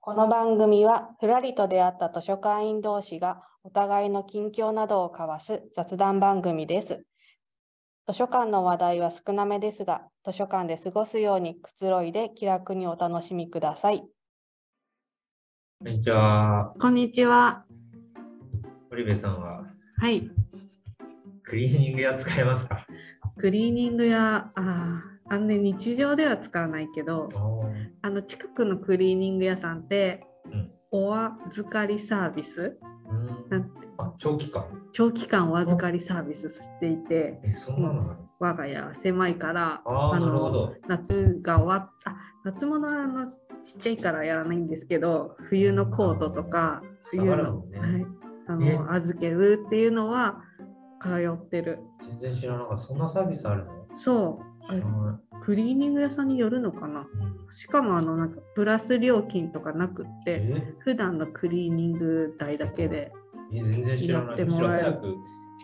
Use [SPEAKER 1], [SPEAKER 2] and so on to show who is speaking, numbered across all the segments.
[SPEAKER 1] この番組はふらりと出会った図書館員同士がお互いの近況などを交わす雑談番組です。図書館の話題は少なめですが、図書館で過ごすようにくつろいで気楽にお楽しみください。
[SPEAKER 2] こんにちは。
[SPEAKER 1] こんにちは。
[SPEAKER 2] 堀部さんは
[SPEAKER 1] はい。
[SPEAKER 2] クリーニング屋使えますか
[SPEAKER 1] クリーニング屋、ああ、あのね、日常では使わないけど、あの近くのクリーニング屋さんって、
[SPEAKER 2] うん
[SPEAKER 1] お預かりサービスなんて
[SPEAKER 2] あ長期間
[SPEAKER 1] 長期間お預かりサービスしていて
[SPEAKER 2] え、そんなのがある
[SPEAKER 1] 我が家は狭いから
[SPEAKER 2] あ
[SPEAKER 1] あ
[SPEAKER 2] あ、
[SPEAKER 1] の
[SPEAKER 2] なるほど。
[SPEAKER 1] 夏が終わったあ夏物はあのちっちゃいからやらないんですけど冬のコートとか冬
[SPEAKER 2] 触る
[SPEAKER 1] の,、
[SPEAKER 2] もんね
[SPEAKER 1] はい、あ
[SPEAKER 2] ね
[SPEAKER 1] の預けるっていうのは通ってる
[SPEAKER 2] 全然知らなかった。そんなサービスあるの
[SPEAKER 1] そうあ
[SPEAKER 2] 知らな。
[SPEAKER 1] クリーニング屋さんによるのかない
[SPEAKER 2] うん
[SPEAKER 1] しかもあのなんかプラス料金とかなくって
[SPEAKER 2] え
[SPEAKER 1] 普段のクリーニング代だけで
[SPEAKER 2] え、全然知らない。
[SPEAKER 1] やって
[SPEAKER 2] むし
[SPEAKER 1] も
[SPEAKER 2] ろ
[SPEAKER 1] らえる
[SPEAKER 2] 早く引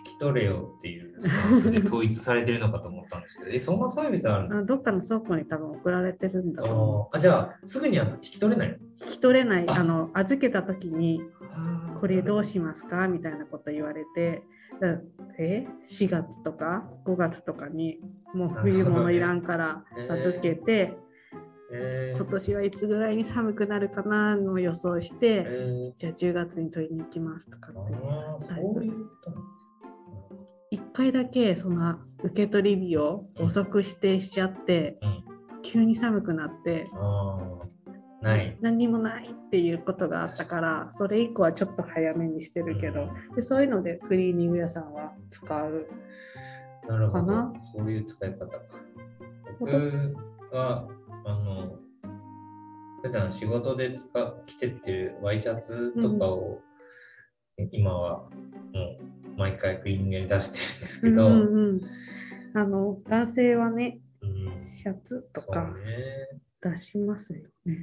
[SPEAKER 2] き取れよっていうスタンスで 統一されてるのかと思ったんですけど、え、そんなサービスある
[SPEAKER 1] あ
[SPEAKER 2] の
[SPEAKER 1] のどっかの倉庫に多分送られてるんだと思う。
[SPEAKER 2] あーあ、じゃあ、すぐには引き取れない
[SPEAKER 1] 引き取れないあの預けた時に「
[SPEAKER 2] の
[SPEAKER 1] これどう
[SPEAKER 2] し
[SPEAKER 1] しますか?」みたいなこと言われてだえ4月とか5月とかにもう冬物いらんから
[SPEAKER 2] なるほどね
[SPEAKER 1] 預けて、
[SPEAKER 2] えー
[SPEAKER 1] 今年はいつぐらいに寒くなるかなのを予想して、
[SPEAKER 2] えー
[SPEAKER 1] じゃあ10月に取りに行きますとかって
[SPEAKER 2] ああ、そういうことなんだ
[SPEAKER 1] 1回だけその受け取り日を遅く指定しちゃって、急に寒くなって。
[SPEAKER 2] ああ、ない。
[SPEAKER 1] 何もないっていうことがあったからそれ以降はちょっと早めにしてるけど、でそういうのでクリーニング屋さんは使う
[SPEAKER 2] なるほ
[SPEAKER 1] か
[SPEAKER 2] ど
[SPEAKER 1] な。
[SPEAKER 2] そういう使い方か。僕は、あの、普段仕事で使っ着てってるワイシャツとかを、今はもう毎回クリーニングに出してるんですけど、
[SPEAKER 1] う
[SPEAKER 2] うんん
[SPEAKER 1] うんうん、あの男性はねシャツと
[SPEAKER 2] そう
[SPEAKER 1] か
[SPEAKER 2] ね。
[SPEAKER 1] 出しますよね。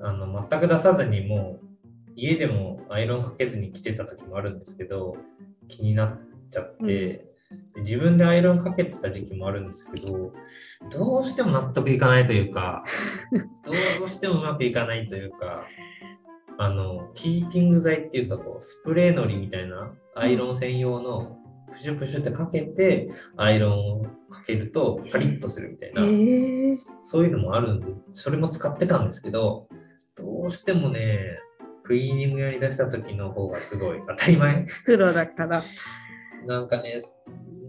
[SPEAKER 2] あの全く出さずにもう家でもアイロンかけずに着てた時もあるんですけど気になっちゃって、で自分でアイロンかけてた時期もあるんですけどどうしても納得いかないというかどうしてもうまくいかないというかあのキーピング剤っていうかこうスプレーのりみたいなアイロン専用のプシュプシュってかけてアイロンをかけるとパリッとするみたい
[SPEAKER 1] え
[SPEAKER 2] な。
[SPEAKER 1] ー、
[SPEAKER 2] そういうのもあるんで、それも使ってたんですけど、どうしてもね、クリーニング屋に出した時の方がすごい当たり前。
[SPEAKER 1] 黒だから
[SPEAKER 2] なんかね、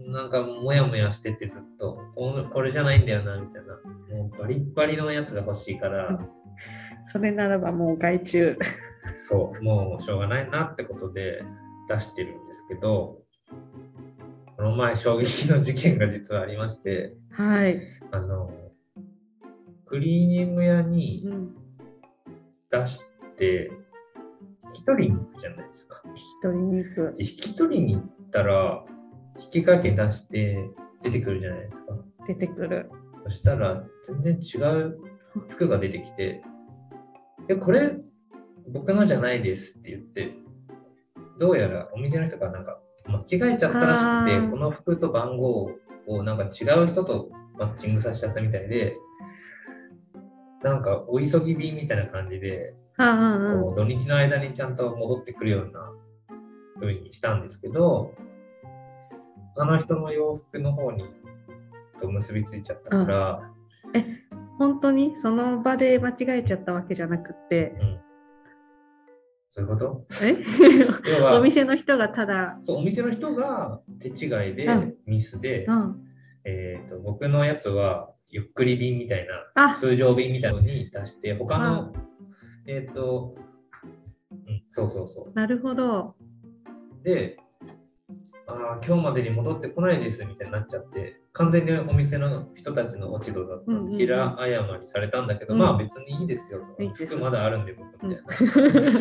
[SPEAKER 2] なんかモヤモヤしててずっと、このこれじゃないんだよな、みたいな。もうバリッバリのやつが欲しいから、
[SPEAKER 1] それならばもう外注
[SPEAKER 2] そう、もうしょうがないなってことで出してるんですけど、この前衝撃の事件が実はありまして、
[SPEAKER 1] はい、
[SPEAKER 2] あの、クリーニング屋に
[SPEAKER 1] うん、
[SPEAKER 2] 出して、引き取りに行くじゃないですか。
[SPEAKER 1] 引き取りに行く
[SPEAKER 2] で引き取りに行ったら、引きかけ出して出てくるじゃないですか。
[SPEAKER 1] 出てくる
[SPEAKER 2] そしたら、全然違う服が出てきて、え、これ、僕のじゃないですって言って、どうやらお店の人がなんか間違えちゃったらし
[SPEAKER 1] あ
[SPEAKER 2] く
[SPEAKER 1] ー
[SPEAKER 2] て、この服と番号をなんか違う人とマッチングさせちゃったみたいで、なんかお急ぎ便みたいな感じで、
[SPEAKER 1] ああうん
[SPEAKER 2] こう土日の間にちゃんと戻ってくるような風にしたんですけど、他の人の洋服の方にと結びついちゃったから、
[SPEAKER 1] 本当にその場で間違えちゃったわけじゃなくって
[SPEAKER 2] そういうこと
[SPEAKER 1] え
[SPEAKER 2] 要は
[SPEAKER 1] お店の人がただ、
[SPEAKER 2] そうお店の人が手違いで
[SPEAKER 1] うん
[SPEAKER 2] ミスで、
[SPEAKER 1] うん、
[SPEAKER 2] えー、と僕のやつはゆっくり便みたいな
[SPEAKER 1] あ
[SPEAKER 2] 通常便みたいのに出して他
[SPEAKER 1] う
[SPEAKER 2] のえっ、と、うん、そうそうそう
[SPEAKER 1] なるほ ど
[SPEAKER 2] で、ああ、今日までに戻ってこないですみたいになっちゃって、完全にお店の人たちの落ち度だった
[SPEAKER 1] うんうんうん
[SPEAKER 2] 平誤りされたんだけど、
[SPEAKER 1] うん
[SPEAKER 2] まあ別にいいですよと。
[SPEAKER 1] いいです
[SPEAKER 2] 服まだあるんで僕みたい
[SPEAKER 1] う
[SPEAKER 2] な。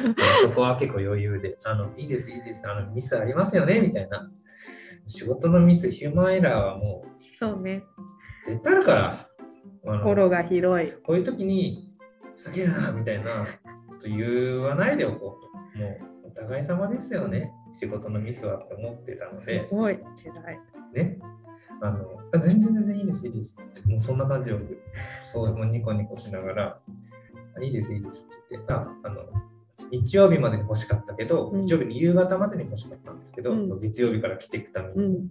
[SPEAKER 1] ん
[SPEAKER 2] そこは結構余裕で、あの、いいです、いいです、あの、ミスありますよねみたいな。仕事のミス、ヒューマンエラーはも
[SPEAKER 1] そうね
[SPEAKER 2] う絶対あるから、あの
[SPEAKER 1] 心が広い
[SPEAKER 2] こういう時に、ふざけるなみたいなこと言わないでおこうと。もうお互い様ですよね、仕事のミスはって思ってたの
[SPEAKER 1] す
[SPEAKER 2] で。
[SPEAKER 1] ごい偉い
[SPEAKER 2] ね、あのあ全然全然いいです、いいです。もうそんな感じで僕、そうもうニコニコしながら、あいいです、いいですって言って、ああの日曜日までに欲しかったけど、
[SPEAKER 3] うん
[SPEAKER 2] 日曜日の夕方までに欲しかったんですけど、
[SPEAKER 3] うん
[SPEAKER 2] 月曜日から来ていくために、
[SPEAKER 1] うん。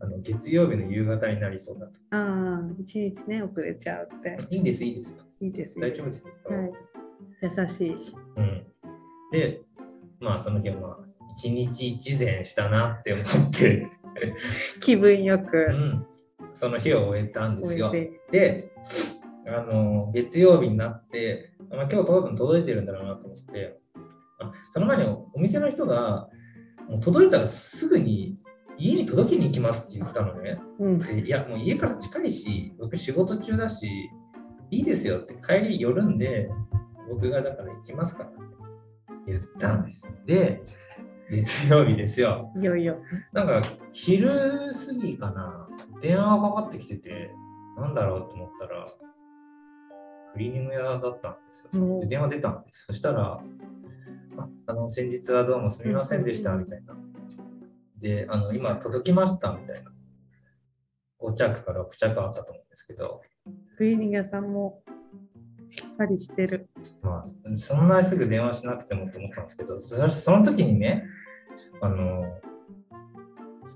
[SPEAKER 2] あの月曜日の夕方になりそうだと。
[SPEAKER 1] ああ、一日ね、遅れちゃうって。
[SPEAKER 2] いいんです、いいですと。
[SPEAKER 1] いいですね。
[SPEAKER 2] 大丈夫ですと。
[SPEAKER 1] はい。優しい。
[SPEAKER 2] うん、で、まあその日はまあ一日一善したなって思って、
[SPEAKER 1] 気分よ
[SPEAKER 2] う
[SPEAKER 1] く
[SPEAKER 2] ん、その日を終えたんです
[SPEAKER 1] 終
[SPEAKER 2] よ。
[SPEAKER 1] えて。
[SPEAKER 2] で、あの月曜日になって、まあ、今日多分届いてるんだろうなと思って、あその前にお店の人が、もう届いたらすぐに家に届けに行きますって言ったのね。
[SPEAKER 1] うん。
[SPEAKER 2] で いや、もう家から近いし、僕仕事中だし、いいですよって、帰り寄るんで、僕がだから行きますからって言ったんです。で、月曜日ですよ。
[SPEAKER 1] いよいよ。
[SPEAKER 2] なんか昼過ぎかな、電話がかかってきてて、なんだろうと思ったら、クリーニング屋だったんです
[SPEAKER 1] お
[SPEAKER 2] よ。
[SPEAKER 1] う
[SPEAKER 2] で電話出たんです。そしたら、ああの先日はどうもすみませんでした、
[SPEAKER 1] うん
[SPEAKER 2] みたいな。で、あの今届きました、みたいな。5着から6着あったと思うんですけど、
[SPEAKER 1] クリーニング屋さんもしっかりしてる。
[SPEAKER 2] まあ、そんなにすぐ電話しなくてもと思ったんですけど、そその時にね、あの、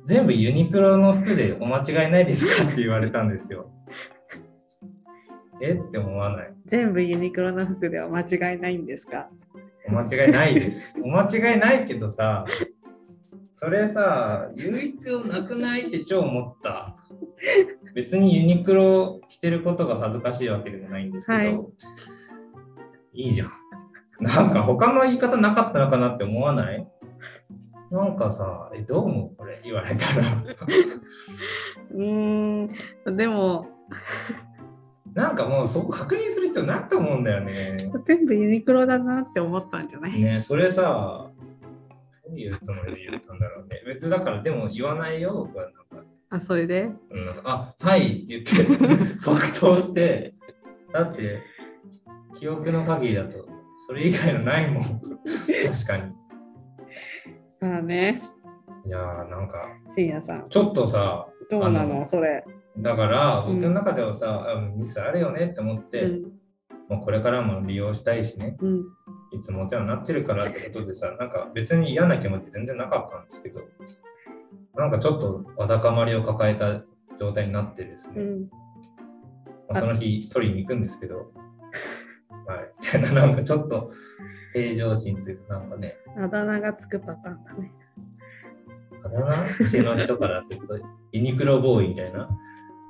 [SPEAKER 2] 全部ユニクロの服でお間違いないですかって言われたんで すよ。えって思わない。
[SPEAKER 1] 全部ユニクロの服では間違いないんですか
[SPEAKER 2] お間違いな いです。お間違いないけどさ、それさ、言う必要なくないって超思った。別にユニクロ着てることが恥ずかしいわけでもないんですけど、
[SPEAKER 1] はい
[SPEAKER 2] い、いじゃん。なんか他の言い方なかったのかなって思わないなんかさ、え、どう思うこれ言われたら。
[SPEAKER 1] うーん。でも、
[SPEAKER 2] なんかもうそこ確認する必要ないと思うんだよね。
[SPEAKER 1] 全部ユニクロだなって思ったんじゃない
[SPEAKER 2] ねそれさ、どういうつもりで言ったんだろうね。別だから、でも言わないよ、僕はなんか。
[SPEAKER 1] あ、それで
[SPEAKER 2] うんなんかあはいって言って 即答してだって記憶の限りだとそれ以外のないもん確かに
[SPEAKER 1] まあね、
[SPEAKER 2] いやーなんか
[SPEAKER 1] 深夜さん、
[SPEAKER 2] ちょっとさ
[SPEAKER 1] どうな
[SPEAKER 2] あ
[SPEAKER 1] の
[SPEAKER 2] の
[SPEAKER 1] それ。
[SPEAKER 2] だから
[SPEAKER 1] うん
[SPEAKER 2] 僕の中ではさ、あミスあるよねって思って、
[SPEAKER 1] うん。
[SPEAKER 2] もうこれからも利用したいしね
[SPEAKER 1] うん。
[SPEAKER 2] いつもお世話になってるからってことでさなんか別に嫌な気持ち全然なかったんですけどなんかちょっとわだかまりを抱えた状態になってですね、
[SPEAKER 1] うん。
[SPEAKER 2] まあ、その日取りに行くんですけど、はい、 なんかちょっと平常心というか、なんかね、
[SPEAKER 1] あだ名がつくパターンだね。
[SPEAKER 2] あだ名店の人からすると、ユニクロボーイみたいな、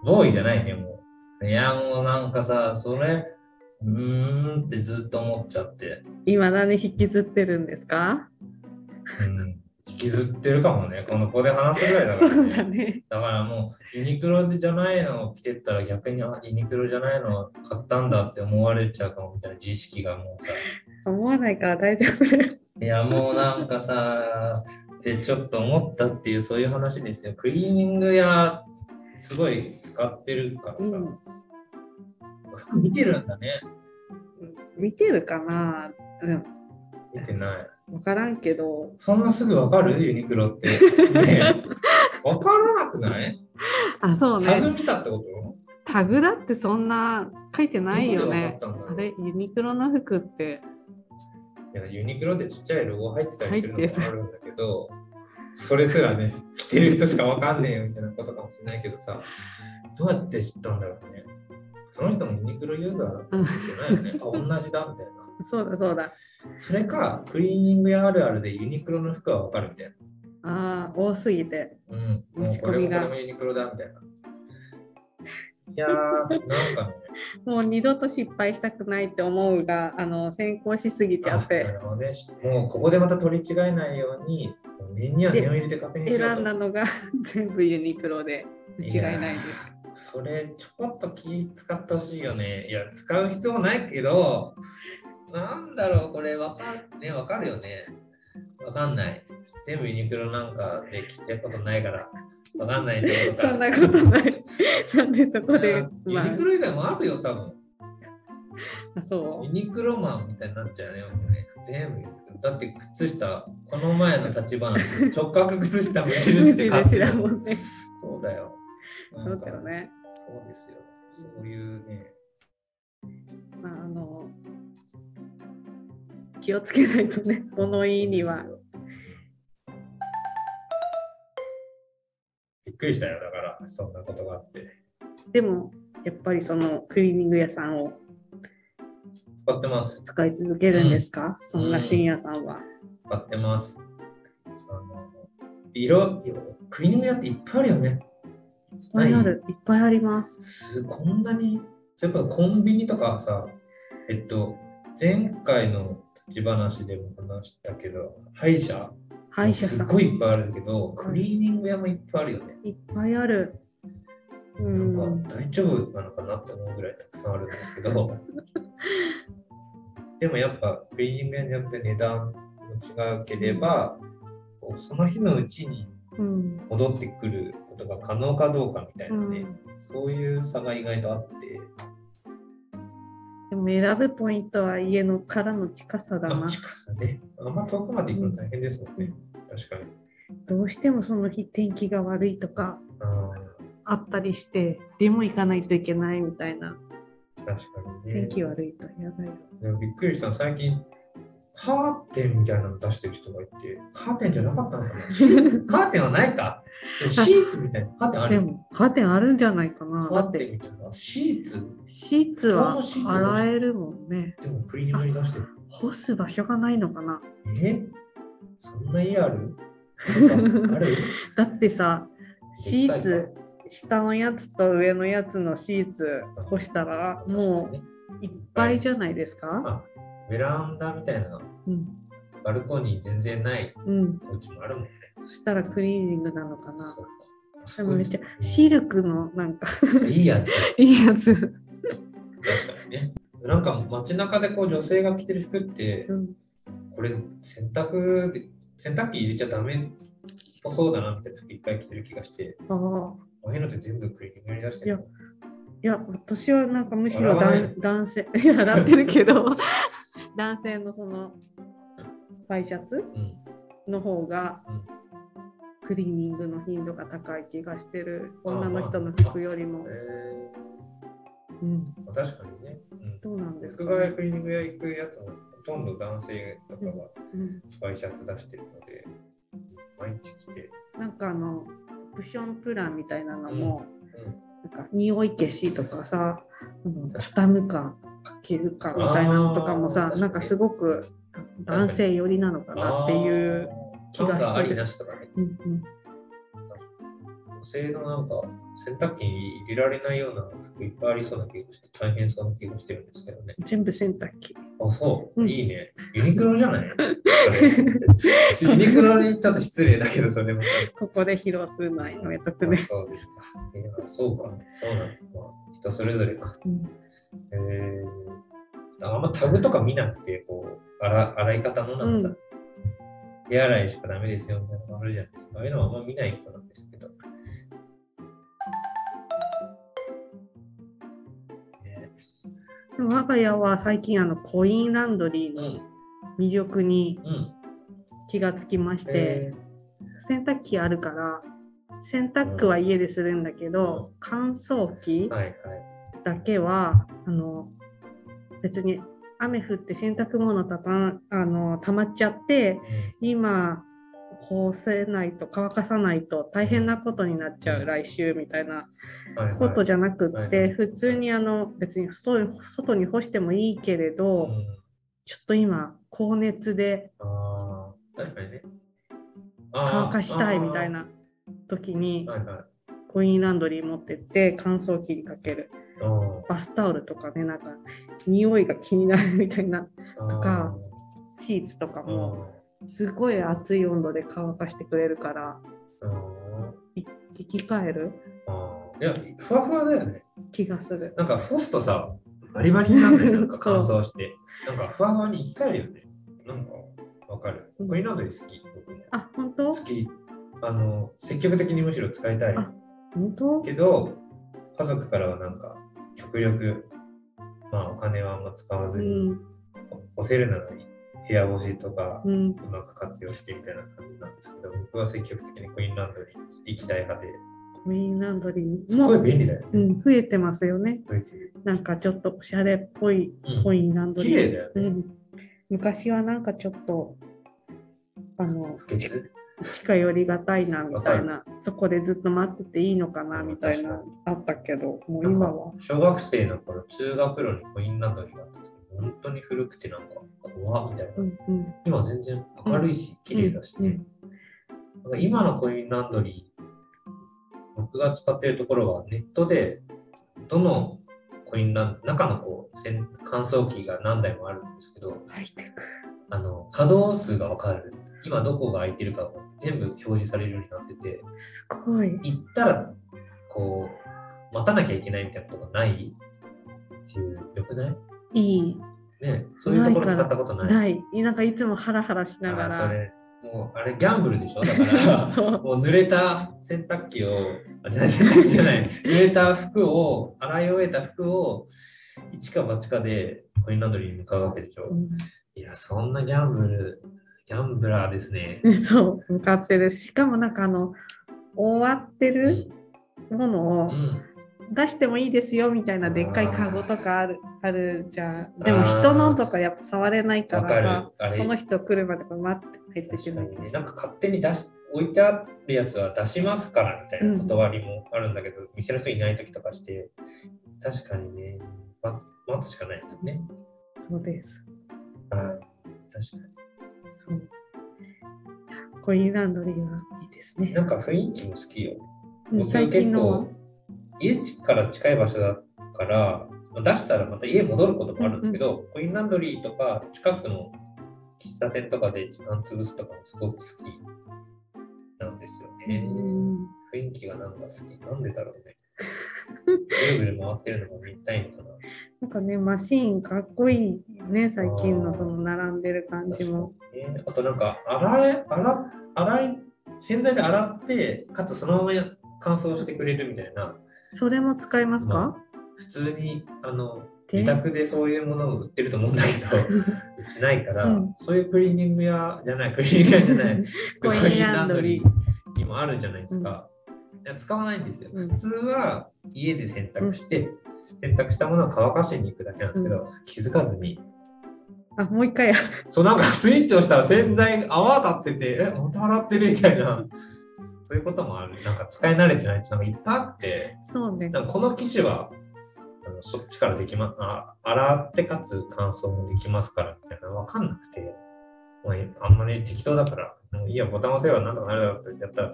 [SPEAKER 2] ボーイじゃないね、もう。いや、もうなんかさ、それ、うーんってずっと思っちゃって、
[SPEAKER 1] いまだに引きずってるんですか
[SPEAKER 2] うん、引きずってるかもね、この子で話すぐらいだか
[SPEAKER 1] そ
[SPEAKER 2] ら、
[SPEAKER 1] うだ
[SPEAKER 2] ね。
[SPEAKER 1] ね。
[SPEAKER 2] だからもう、ユニクロじゃないのを着てったら逆に、あ、ユニクロじゃないの買ったんだって思われちゃうかもみたいな自意識がもうさ、
[SPEAKER 1] 思わないから大丈夫だよ。
[SPEAKER 2] いやもうなんかさ、ってちょっと思ったっていうそういう話ですよ。クリーニング屋、すごい使ってるからさ、
[SPEAKER 1] うん
[SPEAKER 2] 服見てるんだね。
[SPEAKER 1] 見てるかなうん。
[SPEAKER 2] 見てない。
[SPEAKER 1] わからんけど、
[SPEAKER 2] そんなすぐわかるユニクロ って。ねえわからなくない
[SPEAKER 1] あ、そう
[SPEAKER 2] タグ
[SPEAKER 1] ね。
[SPEAKER 2] 見たってこと
[SPEAKER 1] タグだってそんな書いてないよね。
[SPEAKER 2] どこでわ
[SPEAKER 1] あ
[SPEAKER 2] かったんだろ
[SPEAKER 1] れ、ユニクロの服って、
[SPEAKER 2] ういやユニクロってちっちゃいロゴ入ってたりするのもあるんだけど、それすらね、着てる人しかわかんねえよみたいなことかもしれないけどさ、どうやって知ったんだろうね。その人もユニクロユーザーだったんじゃないよね。 あ、同じだみたいな。
[SPEAKER 1] そうだそうだ。
[SPEAKER 2] それか、クリーニング屋あるあるでユニクロの服はわかるみたい
[SPEAKER 1] ああ、多すぎて。
[SPEAKER 2] な。うん。も
[SPEAKER 1] 持
[SPEAKER 2] う
[SPEAKER 1] ち
[SPEAKER 2] これ
[SPEAKER 1] 込
[SPEAKER 2] も
[SPEAKER 1] み
[SPEAKER 2] こ
[SPEAKER 1] が
[SPEAKER 2] れもユニクロだみたいな。いやー、な んかね。
[SPEAKER 1] もう二度と失敗したくないって思うが、あの、先行しすぎちゃっ
[SPEAKER 2] あな
[SPEAKER 1] て、
[SPEAKER 2] るほどね。もうここでまた取り違えないように、もう念には念を入れて確認しよう
[SPEAKER 1] 選
[SPEAKER 2] と
[SPEAKER 1] んだのが 全部ユニクロで、違いないです。
[SPEAKER 2] それちょこっと気使ってほしいよね。いや、使う必要ないけど、なんだろう、これわかるね、わかるよね。わかんない。全部ユニクロなんかで着たことないから、わかんないってことか
[SPEAKER 1] そんなこと ない。なんでそこ
[SPEAKER 2] い
[SPEAKER 1] で
[SPEAKER 2] や、
[SPEAKER 1] ま
[SPEAKER 2] ユニクロ以外もあるよ、多分。
[SPEAKER 1] あ、そ
[SPEAKER 2] ユニクロマンみたいになっちゃうね。僕ね全部ユニクロだって靴下、この前の立場なんて直角靴下
[SPEAKER 1] う。
[SPEAKER 2] 無
[SPEAKER 1] 無
[SPEAKER 2] 印
[SPEAKER 1] 地
[SPEAKER 2] で
[SPEAKER 1] で
[SPEAKER 2] 買って
[SPEAKER 1] 知
[SPEAKER 2] る
[SPEAKER 1] らんもんね。
[SPEAKER 2] そうだよ。
[SPEAKER 1] そ
[SPEAKER 2] なん
[SPEAKER 1] う
[SPEAKER 2] か
[SPEAKER 1] だよね。
[SPEAKER 2] そうですよ。そういうね。
[SPEAKER 1] まあ、あの、気をつけないとね 物言いには。
[SPEAKER 2] びっくりしたよ、だから、そんなことがあって。
[SPEAKER 1] でもやっぱりそのクリーニング屋さんを
[SPEAKER 2] 使ってます。
[SPEAKER 1] 使い続けるんですか、そんな深夜さんは。
[SPEAKER 2] 使ってます。あの色、クリーニング屋っていっぱいあるよね。
[SPEAKER 1] いっぱいある、いっぱいあります。
[SPEAKER 2] すこんなにそれこそコンビニとかさえっと前回の立ち話でも話したけど歯医者
[SPEAKER 1] 歯医者
[SPEAKER 2] す
[SPEAKER 1] さ
[SPEAKER 2] っ
[SPEAKER 1] ん
[SPEAKER 2] ごいいっぱいあるけどクリーニング屋もいっぱいあるよね、
[SPEAKER 1] いっぱいある。う
[SPEAKER 2] なんん、か大丈夫なのかなと思うぐらいたくさんあるんですけど でもやっぱクリーニング屋によって値段も違うければこうその日のうちに
[SPEAKER 1] うん
[SPEAKER 2] 戻ってくることが可能かどうかみたいうなね、
[SPEAKER 1] ん、
[SPEAKER 2] そういう差が意外とあって、
[SPEAKER 1] でも選ぶポイントは家のからの近さだ
[SPEAKER 2] あ
[SPEAKER 1] な。
[SPEAKER 2] 近さね。あんま遠くまで行くの大変ですもんね。確かに。
[SPEAKER 1] どうしてもその日天気が悪いとか
[SPEAKER 2] あ
[SPEAKER 1] あったりして、でも行かないといけないみたいな、
[SPEAKER 2] ー確かに、ね。
[SPEAKER 1] 天気悪いとや ばいよ。
[SPEAKER 2] でもびっくりしたの最近、カーテンみたいなの出してる人がいて、カーテンじゃなかったのかなシーツカーテンはないか。でもシーツみたいな。カーテンあ
[SPEAKER 1] で
[SPEAKER 2] る
[SPEAKER 1] もカーテンあるんじゃないかな。
[SPEAKER 2] カ
[SPEAKER 1] だっ
[SPEAKER 2] ー
[SPEAKER 1] て
[SPEAKER 2] テンみたいな。シーツ
[SPEAKER 1] シーツは
[SPEAKER 2] 布団のシーツ
[SPEAKER 1] 洗えるもんね。
[SPEAKER 2] でもクリーニングに出してる。
[SPEAKER 1] 干す場所がないのかな。
[SPEAKER 2] えそんな家あるなんかある
[SPEAKER 1] だってさ、シー
[SPEAKER 2] でっ
[SPEAKER 1] ツ、下のやつと上のやつのシーツ 干したら
[SPEAKER 2] かいか
[SPEAKER 1] もういっぱいじゃないです
[SPEAKER 2] あ
[SPEAKER 1] か。
[SPEAKER 2] ベランダみたいな、
[SPEAKER 1] うん。
[SPEAKER 2] バルコニー全然ない
[SPEAKER 1] うん。
[SPEAKER 2] お家もあるもんね。
[SPEAKER 1] そしたらクリーニングなのかな
[SPEAKER 2] そ。っか
[SPEAKER 1] でもめっちゃシルクのなんか
[SPEAKER 2] いいやつ。
[SPEAKER 1] いいやつ。
[SPEAKER 2] 確かにね。なんか街中でこう女性が着てる服って
[SPEAKER 1] う、ん。
[SPEAKER 2] これ洗濯で、洗濯機入れちゃダメっぽそうだなみたいな服いっぱい着てる気がして、
[SPEAKER 1] ああ。
[SPEAKER 2] おへのって全部クリーニングに出してる。
[SPEAKER 1] いや、私はなんかむしろ
[SPEAKER 2] 洗わない
[SPEAKER 1] 男男性、 いや、洗ってるけど、 男性のその、ワイシャツ
[SPEAKER 2] うん。
[SPEAKER 1] の方が
[SPEAKER 2] うん、
[SPEAKER 1] クリーニングの頻度が高い気がしてる、女の人の服よりも
[SPEAKER 2] え。
[SPEAKER 1] うん、
[SPEAKER 2] ーまあ、確かにね。うん。
[SPEAKER 1] どうなんですか、
[SPEAKER 2] 僕が
[SPEAKER 1] ね
[SPEAKER 2] クリーニング屋行くやつも、ほとんど男性とかが
[SPEAKER 1] うん
[SPEAKER 2] ワイシャツ出してるので、毎日着て。
[SPEAKER 1] なんかあの、オプションプランみたいなのも、
[SPEAKER 2] うんうん
[SPEAKER 1] なんか匂い消しとかさ、あの
[SPEAKER 2] 確かに
[SPEAKER 1] 畳むか、かけるかみたいなのとかも
[SPEAKER 2] あー確
[SPEAKER 1] さ
[SPEAKER 2] か、に
[SPEAKER 1] なんかすごく男性寄りなのかなっていう。
[SPEAKER 2] あー。
[SPEAKER 1] 気がしてる
[SPEAKER 2] なんかありなしとかね。
[SPEAKER 1] うんうん
[SPEAKER 2] 女性のなんか洗濯機に入れられないような服いっぱいありそうな気がして大変そうな気がしてるんですけどね。
[SPEAKER 1] 全部洗濯機。
[SPEAKER 2] あ、そう、
[SPEAKER 1] うん
[SPEAKER 2] いいね。ユニクロじゃない それユニクロにちょっと失礼だけど、それも。
[SPEAKER 1] ここで披露するのはやめとくね。
[SPEAKER 2] そうですか。いやそうか。そうなんだ。まあ、人それぞれか。えー、あんまタグとか見なくて、こう、洗洗い方のなんかさ、手洗いしかダメですよみたいなのがあるじゃないですか。ああいうのはあんま見ない人なんですけど。ね
[SPEAKER 1] でも我が家は最近あのコインランドリー
[SPEAKER 2] う
[SPEAKER 1] の
[SPEAKER 2] ん、
[SPEAKER 1] 魅力に
[SPEAKER 2] うん。
[SPEAKER 1] 気がつきまして、
[SPEAKER 2] え
[SPEAKER 1] 洗濯機あるから洗濯は家でするんだけど、乾燥機
[SPEAKER 2] ーはいはい。
[SPEAKER 1] だけはあの別に雨降って洗濯物たたんあの溜まっちゃって
[SPEAKER 2] うん
[SPEAKER 1] 今干せないと乾かさないと大変なことになっちゃう来週みたいな
[SPEAKER 2] はいはい
[SPEAKER 1] ことじゃなく
[SPEAKER 2] はい
[SPEAKER 1] っ
[SPEAKER 2] は
[SPEAKER 1] て
[SPEAKER 2] い
[SPEAKER 1] 普通にあの別に外に外に干してもいいけれ
[SPEAKER 2] う
[SPEAKER 1] ど
[SPEAKER 2] ん
[SPEAKER 1] ちょっと今高熱で
[SPEAKER 2] あー確かにね。あー
[SPEAKER 1] 乾かしたいみたい。な時
[SPEAKER 2] あ
[SPEAKER 1] に
[SPEAKER 2] ーはいはい。
[SPEAKER 1] コインランドリー持ってって乾燥機にかけるバスタオルとかねなんか匂いが気になるみたいな
[SPEAKER 2] と
[SPEAKER 1] とかシーツとかもすごい熱い温度で乾かしてくれるから生き返る
[SPEAKER 2] いや、ふわふわだよね。
[SPEAKER 1] 気がする。
[SPEAKER 2] なんか、干すとさ、バリバリになるね。なんか乾 燥して。なんか、ふわふわに生き返るよね。なんか、わかる。
[SPEAKER 1] うん
[SPEAKER 2] コインランドリー好き。僕も
[SPEAKER 1] あ本当
[SPEAKER 2] 好き。あの、積極的にむしろ使いたい。
[SPEAKER 1] あ本当
[SPEAKER 2] けど、家族からはなんか、極力、まあ、お金はあんま使わ
[SPEAKER 1] う
[SPEAKER 2] ずに、
[SPEAKER 1] ん
[SPEAKER 2] 干せるなら部屋干しとか
[SPEAKER 1] うん
[SPEAKER 2] うまく活用してみたいな感じなんですけど、僕は積極的にコインランドリー行きたい派で、
[SPEAKER 1] コインランドリー
[SPEAKER 2] すご
[SPEAKER 1] も
[SPEAKER 2] い便利だよ
[SPEAKER 1] う
[SPEAKER 2] ね。
[SPEAKER 1] ん増えてますよね。
[SPEAKER 2] 増えてる
[SPEAKER 1] なんかちょっとおしゃれっぽい
[SPEAKER 2] うん
[SPEAKER 1] コインランドリー。
[SPEAKER 2] 綺麗だよね
[SPEAKER 1] うん昔はなんかちょっとあの
[SPEAKER 2] 不潔
[SPEAKER 1] 近寄りがたいなみたいなそこでずっと待ってていいのかなみたいなあったけどもう今は
[SPEAKER 2] 小学生の頃、通学路にコインランドリーがあった時、本当に古くてなんか、怖っみたいな。
[SPEAKER 1] うんうん
[SPEAKER 2] 今全然明るいし、綺麗だしね。なんか今のコインランドリー、僕が使ってるところはネットで、どのコインランド、中のこう洗乾燥機が何台もあるんですけど、
[SPEAKER 1] ハイテク
[SPEAKER 2] あの稼働数が分かる。今どこが空いてるかが全部表示されるようになってて、
[SPEAKER 1] すごい
[SPEAKER 2] 行ったら、こう、待たなきゃいけないみたいなことがないっていう、よくない
[SPEAKER 1] いい
[SPEAKER 2] ねそういうところ使ったことない。
[SPEAKER 1] ないなんかいつもハラハラしなが
[SPEAKER 2] あーそ
[SPEAKER 1] ら
[SPEAKER 2] れ、もうあれギャンブルでしょ だから。
[SPEAKER 1] そう
[SPEAKER 2] もう濡れた洗濯機を、あ、じゃない、洗濯機じゃない、濡れた服を、洗い終えた服を、一か八かでコインランドリーに向かうわけでしょ。いや、そんなギャンブル、ギャンブラーですね。
[SPEAKER 1] うんそう向かってるしかもなんかあの終わって
[SPEAKER 2] う
[SPEAKER 1] る
[SPEAKER 2] ん。
[SPEAKER 1] ものを
[SPEAKER 2] うん
[SPEAKER 1] 出してもいいですよみたいなでっかいカゴとかあるあるじゃんでも人のとかやっぱ触れないか
[SPEAKER 2] わ
[SPEAKER 1] ら
[SPEAKER 2] かるあ
[SPEAKER 1] さ
[SPEAKER 2] れ
[SPEAKER 1] その人来るまで待って入っていけ
[SPEAKER 2] 確
[SPEAKER 1] な
[SPEAKER 2] か
[SPEAKER 1] い
[SPEAKER 2] にね、なんか勝手に出し置いてあるやつは出しますからみたいな断りもあるんだけど、店の人いない時とかして、確かにね、待待つしかないですよね。
[SPEAKER 1] そうです
[SPEAKER 2] はい。確かに。
[SPEAKER 1] そういやコインランドリーはいいですね
[SPEAKER 2] なんか雰囲気も好きよ。
[SPEAKER 1] うん
[SPEAKER 2] 僕
[SPEAKER 1] 最近のは
[SPEAKER 2] 結構家から近い場所だからまあ出したらまた家戻ることもあるんですけど、コインランドリーとか近くの喫茶店とかで時間潰すとかもすごく好きなんですよ
[SPEAKER 1] う
[SPEAKER 2] ね。
[SPEAKER 1] ん
[SPEAKER 2] 雰囲気がなんか好き。なんでだろ うね。ぐるぐる回ってるのが見たいのかな。
[SPEAKER 1] なんかねマシーンかっこいいね最近
[SPEAKER 2] あ
[SPEAKER 1] の
[SPEAKER 2] ー
[SPEAKER 1] その並んでる感じも
[SPEAKER 2] 確かにねあとなんか洗え洗洗い洗剤で洗ってかつそのまま乾燥してくれるみたいな
[SPEAKER 1] それも使います
[SPEAKER 2] ま
[SPEAKER 1] か
[SPEAKER 2] 普通にあの
[SPEAKER 1] で
[SPEAKER 2] 自宅でそういうものを売ってると思うんだけ どうちないから、
[SPEAKER 1] うん
[SPEAKER 2] そういうクリーニング屋じゃないクリーニング屋じゃ ない
[SPEAKER 1] コインランドリー
[SPEAKER 2] コインランドリーにもあるじゃないですか、いや使わないんですよ、
[SPEAKER 1] うん
[SPEAKER 2] 普通は家で洗濯して、洗濯したものを乾かしに行くだけなんですけど、気づかずに
[SPEAKER 1] あもう一回や
[SPEAKER 2] そうなんかスイッチをしたら洗剤泡立ってて、え、また洗ってるみたいな。そういうこともある。なんか使い慣れてないってなんかいっぱいあって、
[SPEAKER 1] そうね
[SPEAKER 2] なんかこの生地はあのそっちからできまあ、洗ってかつ乾燥もできますからみたいなのわかんなくて、まあ、あんまり適当だから、もういいや、ボタン押せばなんとかなるだろうってやったら、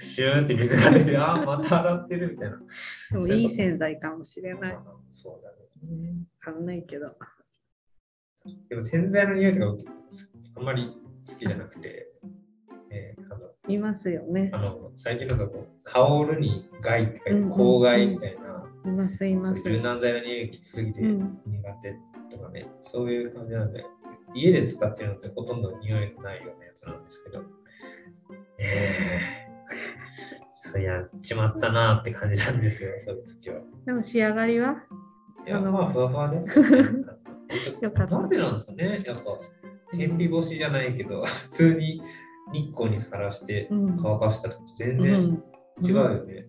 [SPEAKER 2] シューって水が出て、あー、また洗ってるみたいな。
[SPEAKER 1] でも
[SPEAKER 2] そう
[SPEAKER 1] いい
[SPEAKER 2] いうこと
[SPEAKER 1] 洗剤かもしれない
[SPEAKER 2] まあそうだね。
[SPEAKER 1] わかんないけど
[SPEAKER 2] でも洗剤の匂いとか僕あんまり好きじゃなくて、えーあの
[SPEAKER 1] いますよね
[SPEAKER 2] あの最近だとこう香るに害って書いて
[SPEAKER 1] うん
[SPEAKER 2] 香害みたいな、
[SPEAKER 1] いますいま
[SPEAKER 2] そう
[SPEAKER 1] す
[SPEAKER 2] いう柔軟剤の匂いきつすぎて
[SPEAKER 1] う
[SPEAKER 2] 苦
[SPEAKER 1] ん
[SPEAKER 2] 手とかね、そういう感じなんで家で使ってるのってほとんど匂いのないようなやつなんですけどえー、そうやっちまったなーって感じなんですよそういう時は
[SPEAKER 1] でも仕上がりはい
[SPEAKER 2] や
[SPEAKER 1] あの
[SPEAKER 2] まあふわふわですよね
[SPEAKER 1] よかった
[SPEAKER 2] なんでなんですかねやっぱ天日干しじゃないけど普通に日光にさらして
[SPEAKER 1] うん
[SPEAKER 2] 乾かした時全
[SPEAKER 1] う
[SPEAKER 2] 然
[SPEAKER 1] ん
[SPEAKER 2] 違うよね、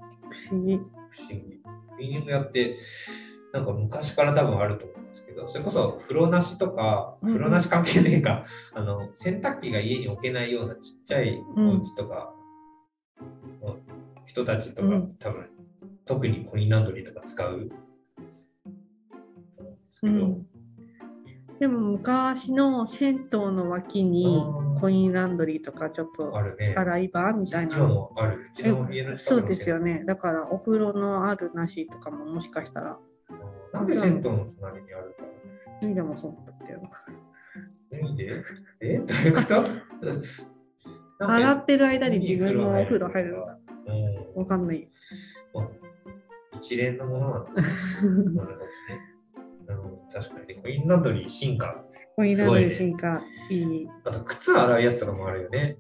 [SPEAKER 1] 不思議
[SPEAKER 2] 不思議。クリーニング屋って、なんか昔から多分あると思うんですけど、それこそ風呂なしとか、
[SPEAKER 1] うんうん
[SPEAKER 2] 風呂なし関係ねえか、あの洗濯機が家に置けないようなちっちゃいお家とか、の人たちとか、
[SPEAKER 1] うん
[SPEAKER 2] 多分特にコインランドリーとか使う。ですけ
[SPEAKER 1] う
[SPEAKER 2] ど、
[SPEAKER 1] んでも昔の銭湯の脇に
[SPEAKER 2] あー
[SPEAKER 1] コインランドリーとかちょっ
[SPEAKER 2] あ
[SPEAKER 1] と
[SPEAKER 2] るね。
[SPEAKER 1] 洗い場みたいな
[SPEAKER 2] 今もある。うちの家の
[SPEAKER 1] え
[SPEAKER 2] 近
[SPEAKER 1] そ
[SPEAKER 2] く
[SPEAKER 1] う
[SPEAKER 2] の
[SPEAKER 1] ですよねだからお風呂のあるなしとかももしかしたら
[SPEAKER 2] 銭湯なんで銭湯の隣にあるか。
[SPEAKER 1] 脱いでもそうだっていうのか
[SPEAKER 2] 脱いでえどういうこと なんか
[SPEAKER 1] 洗ってる間に自分のお風呂入るのか
[SPEAKER 2] う
[SPEAKER 1] わかん ない
[SPEAKER 2] まあ一連のものなんだなるほどね。うん、確かにね、コインランドリー進化。
[SPEAKER 1] コインランドリー進化いい
[SPEAKER 2] あと、靴洗うやつとかもあるよね。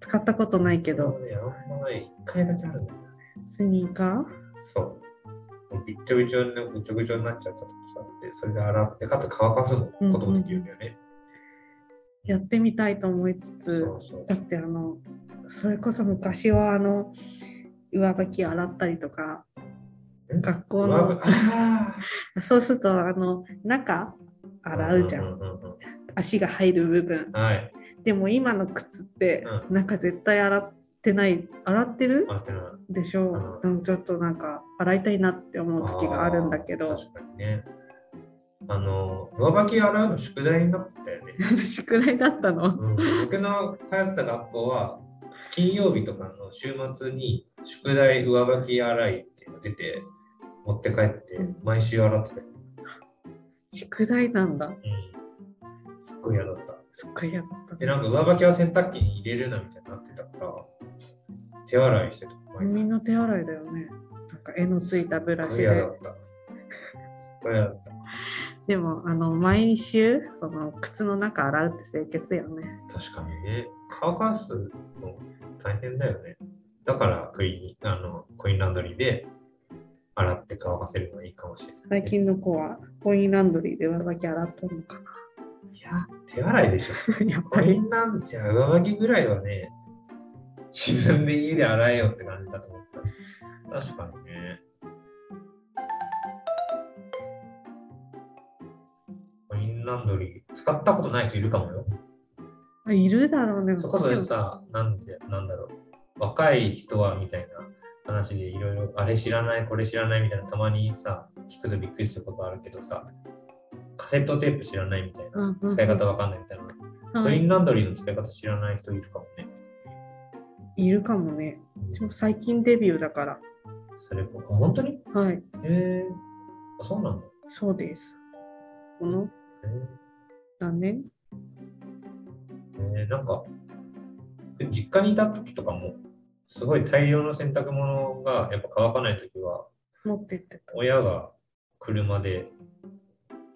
[SPEAKER 1] 使ったことないけど
[SPEAKER 2] ね、あんまない。一回だけあるんだよ。
[SPEAKER 1] スニーカー
[SPEAKER 2] そう。もうびっちょびちょにな、ぐちょぐちょになっちゃった時があって、それで洗って、かつ乾かすこともできるんだよね。
[SPEAKER 1] やってみたいと思いつつ
[SPEAKER 2] そうそう
[SPEAKER 1] だ。ってあのそれこそ昔はあの上履き洗ったりとか
[SPEAKER 2] え
[SPEAKER 1] 学校
[SPEAKER 2] 上
[SPEAKER 1] の
[SPEAKER 2] あ
[SPEAKER 1] そうするとあの中洗うじゃん
[SPEAKER 2] んうんうんうん
[SPEAKER 1] 足が入る部分
[SPEAKER 2] はい。
[SPEAKER 1] でも今の靴って、
[SPEAKER 2] う
[SPEAKER 1] なんか絶対洗ってない洗ってる
[SPEAKER 2] あってな
[SPEAKER 1] でしょう、うんちょっとなんか洗いたいなって思う時があるんだけど
[SPEAKER 2] あー確かにね。あの、上履き洗うの宿題になってたよね。
[SPEAKER 1] 宿題だったの
[SPEAKER 2] うん、僕の通ってた学校は、金曜日とかの週末に宿題上履き洗いっていうのが出て、持って帰って
[SPEAKER 1] うん、
[SPEAKER 2] 毎週洗ってたよ。
[SPEAKER 1] 宿題なんだ
[SPEAKER 2] うん。すっごい嫌だった。
[SPEAKER 1] すっごい嫌だった
[SPEAKER 2] で、なんか上履きは洗濯機に入れるなみたいになってたから、手洗いしてた。毎
[SPEAKER 1] み
[SPEAKER 2] 回
[SPEAKER 1] んな手洗いだよねなんか絵のついたブラ
[SPEAKER 2] すっ
[SPEAKER 1] シ
[SPEAKER 2] ごい嫌だ
[SPEAKER 1] で
[SPEAKER 2] った。すっごい嫌だった。
[SPEAKER 1] でもあの毎週その靴の中洗うって清潔よね
[SPEAKER 2] 確かにね、乾かすの大変だよね。だからクイーンあの、コインランドリーで洗って乾かせるのがいいかもしれない。
[SPEAKER 1] 最近の子はコインランドリーで上履き洗ったの か
[SPEAKER 2] いや、手洗い でしょ。
[SPEAKER 1] なやっ
[SPEAKER 2] コ
[SPEAKER 1] ぱ
[SPEAKER 2] イ
[SPEAKER 1] り
[SPEAKER 2] ンランドリー、上履きぐらいはね、自分で家で洗えよって感じだと思った。確かにね。コインランドリー、使ったことない人いるかもよ。
[SPEAKER 1] あいるだろうね
[SPEAKER 2] それこそさ、なんで、なんだろう、若い人はみたいな話でいろいろ、あれ知らない、これ知らないみたいな、たまにさ、聞くとびっくりすることあるけどさ、カセットテープ知らないみたいな、
[SPEAKER 1] うんうん
[SPEAKER 2] 使い方わかんないみたいな、コインランドリーの使い方知らない人いるかもね。
[SPEAKER 1] いるかもね私も最近デビューだから
[SPEAKER 2] それこ、あ、本当に
[SPEAKER 1] はい
[SPEAKER 2] へえあ、そうなんだ。
[SPEAKER 1] そうですこの
[SPEAKER 2] へえ
[SPEAKER 1] だね
[SPEAKER 2] えーなんか、実家にいた時とかも、すごい大量の洗濯物がやっぱ乾かない時は、
[SPEAKER 1] 持ってってた
[SPEAKER 2] 親が車で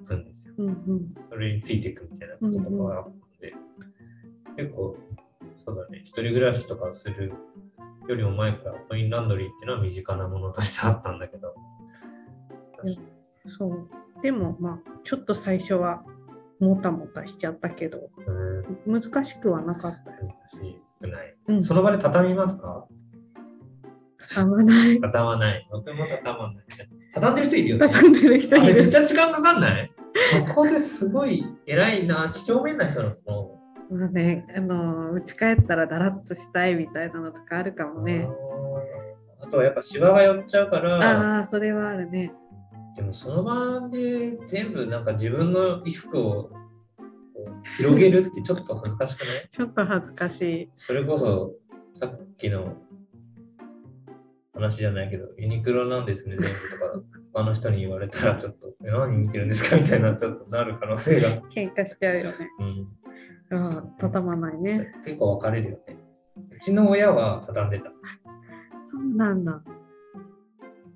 [SPEAKER 2] 行くんですよ。
[SPEAKER 1] うんうん
[SPEAKER 2] それについていくみたいなこととかがあったので、結構、そうだね、一人暮らしとかするよりも前からコインランドリーっていうのは身近なものとしてあったんだけど、
[SPEAKER 1] そうでもまあちょっと最初はもたもたしちゃったけど
[SPEAKER 2] うん、
[SPEAKER 1] 難しくはなかったよ、
[SPEAKER 2] 難しくない。
[SPEAKER 1] うん、
[SPEAKER 2] その場で畳みますか
[SPEAKER 1] あんま ない
[SPEAKER 2] 畳まない。僕も畳まない。畳んでる人いるよね。
[SPEAKER 1] 畳んでる人
[SPEAKER 2] あ
[SPEAKER 1] い
[SPEAKER 2] れめっ
[SPEAKER 1] る
[SPEAKER 2] ちゃ時間かかんないそこですごい偉いな、几帳面な人なの。
[SPEAKER 1] まあねあの家帰ったらだらっとしたいみたいなのとかあるかもね
[SPEAKER 2] あーあとはやっぱシワが寄っちゃうから、
[SPEAKER 1] ああーそれはあるね
[SPEAKER 2] でもその場で全部なんか自分の衣服をこう広げるってちょっと恥ずかしくない
[SPEAKER 1] ちょっと恥ずかしい
[SPEAKER 2] それこそさっきの話じゃないけど、ユニクロなんですね、全部とか、他の人に言われたらちょっと、え何見てるんですかみたいな、ちょっとなる可能性が。
[SPEAKER 1] 喧嘩しちゃうよね
[SPEAKER 2] うん
[SPEAKER 1] ああ畳まないね
[SPEAKER 2] 結構分かれるよね。うちの親は畳んでた。
[SPEAKER 1] そうなんだ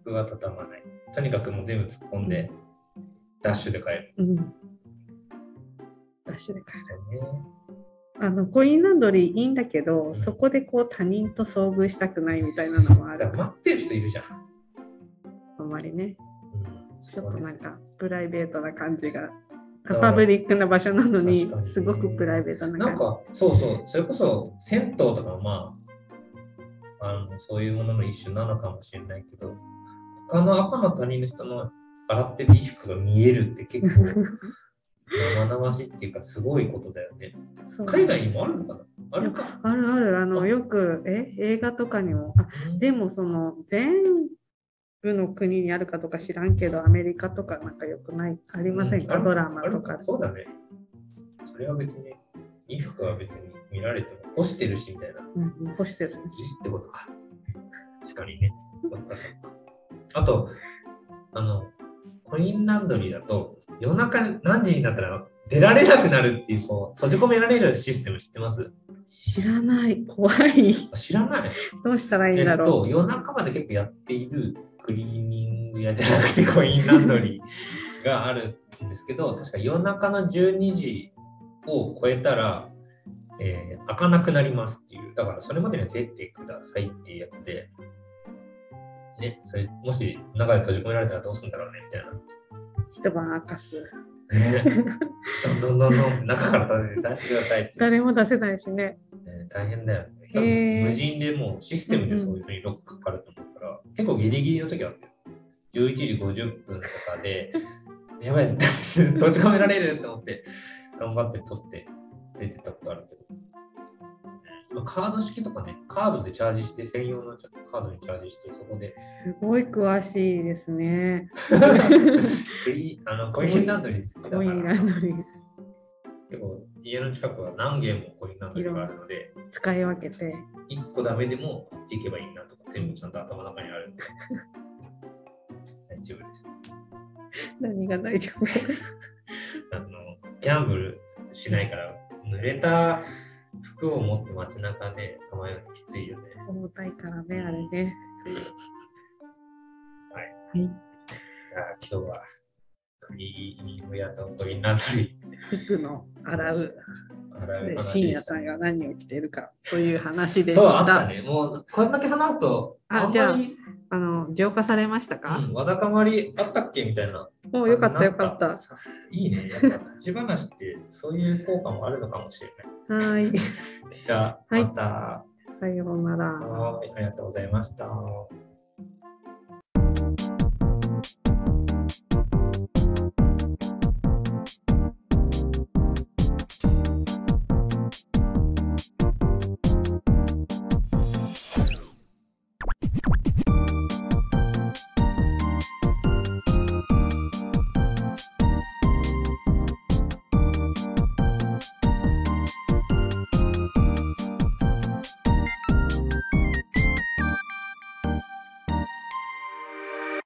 [SPEAKER 2] 僕は畳まない。とにかくもう全部突っ込んで、ダッシュで帰る。
[SPEAKER 1] うんダッシュで帰る
[SPEAKER 2] そうね
[SPEAKER 1] あのコインランドリーいいんだけど、
[SPEAKER 2] ん
[SPEAKER 1] そこでこう他人と遭遇したくないみたいなのもあ
[SPEAKER 2] だから
[SPEAKER 1] る
[SPEAKER 2] 待ってる人いるじゃん。
[SPEAKER 1] あんまりね
[SPEAKER 2] うん、
[SPEAKER 1] ちょっとなんかプライベートな感じが
[SPEAKER 2] から
[SPEAKER 1] パブリックな場所なのに
[SPEAKER 2] 確かにね
[SPEAKER 1] すごくプライベートな
[SPEAKER 2] な
[SPEAKER 1] 感
[SPEAKER 2] ん
[SPEAKER 1] じ
[SPEAKER 2] か、そうそう、それこそ銭湯とかはまあ、あのそういうものの一種なのかもしれないけど、他の赤の他人の人の洗ってる衣服が見えるって結構生々しいっていうか、すごいことだよね。
[SPEAKER 1] そう
[SPEAKER 2] 海外にもあるのかなあるか。
[SPEAKER 1] あるあるあのよくえ映画とかにもあでもその全部の国にあるかとか知らんけどアメリカとかなんかよくないありませんか、
[SPEAKER 2] う
[SPEAKER 1] ドラマと
[SPEAKER 2] あ
[SPEAKER 1] か
[SPEAKER 2] るそうだね。それは別に、衣服は別に見られても、干してるしみたいな。
[SPEAKER 1] うん、干してる
[SPEAKER 2] いいってことか。確かにね。そっかそっか。あと、あの、コインランドリーだと、夜中何時になったら出られなくなるっていう、こう、閉じ込められるシステム知ってます
[SPEAKER 1] 知らない怖い
[SPEAKER 2] あ知らない。
[SPEAKER 1] どうしたらいい
[SPEAKER 2] え
[SPEAKER 1] んだ
[SPEAKER 2] っ
[SPEAKER 1] ろ
[SPEAKER 2] と、夜中まで結構やっているクリーニング屋じゃなくてコインランドリーがあるんですけど、確か夜中の12時を超えたら、えー開かなくなりますっていう、だからそれまでには出てくださいっていうやつで、ね、それもし中で閉じ込められたらどうするんだろうねみ たいな。
[SPEAKER 1] う一晩明かす
[SPEAKER 2] ね、どんどんどんどん中から出してくださいっていう、
[SPEAKER 1] 誰も出せないしね
[SPEAKER 2] ね大変だよね。多
[SPEAKER 1] へー
[SPEAKER 2] 分無人でもうシステムでそういうふうにロックかかると思うから、結構ギリギリの時あるよ。11時50分とかで、やばい、閉じ込められると思って、頑張って取って出てたことあるけど、まあ、カード式とかね、カードでチャージして、専用のちゃカードにチャージして、そこで、
[SPEAKER 1] すごい詳しいです ね。
[SPEAKER 2] フリーあのコインランドリー好きだか
[SPEAKER 1] コインラ
[SPEAKER 2] ら、
[SPEAKER 1] ンドリー
[SPEAKER 2] 結構家の近くは何軒もコインランドリーがあるので、
[SPEAKER 1] 使い分けて。
[SPEAKER 2] 1個ダメでもこっち行けばいいなとか、全部ちゃんと頭の中にあるんで、 大丈夫です。
[SPEAKER 1] 何が大丈夫
[SPEAKER 2] あのギャンブルしないから濡れた服を持って街中でさまようのきついよ ね。
[SPEAKER 1] 重たいからね、あれね。
[SPEAKER 2] きついよ
[SPEAKER 1] はい、
[SPEAKER 2] じゃあ今日は国をやったことになったり
[SPEAKER 1] 服の洗う。
[SPEAKER 2] 洗う
[SPEAKER 1] で
[SPEAKER 2] 話
[SPEAKER 1] 深
[SPEAKER 2] で
[SPEAKER 1] 夜
[SPEAKER 2] し
[SPEAKER 1] さ
[SPEAKER 2] た
[SPEAKER 1] んが何を着てるかという話でし
[SPEAKER 2] そうあ
[SPEAKER 1] た。
[SPEAKER 2] ったね。もうこれだけ話すと
[SPEAKER 1] あ
[SPEAKER 2] あん
[SPEAKER 1] じゃ
[SPEAKER 2] ま
[SPEAKER 1] あ
[SPEAKER 2] り
[SPEAKER 1] あの浄化されましたか、
[SPEAKER 2] うんわだかまりあったっけみたいな。
[SPEAKER 1] もうよかったよかっ
[SPEAKER 2] なん
[SPEAKER 1] た。
[SPEAKER 2] さすいいね。やっぱ立ち話ってそういう効果もあるのかもしれな
[SPEAKER 1] はい。
[SPEAKER 2] い。じゃあ
[SPEAKER 1] はい
[SPEAKER 2] また、は
[SPEAKER 1] さようなら。
[SPEAKER 2] ーい、ありがとうございました。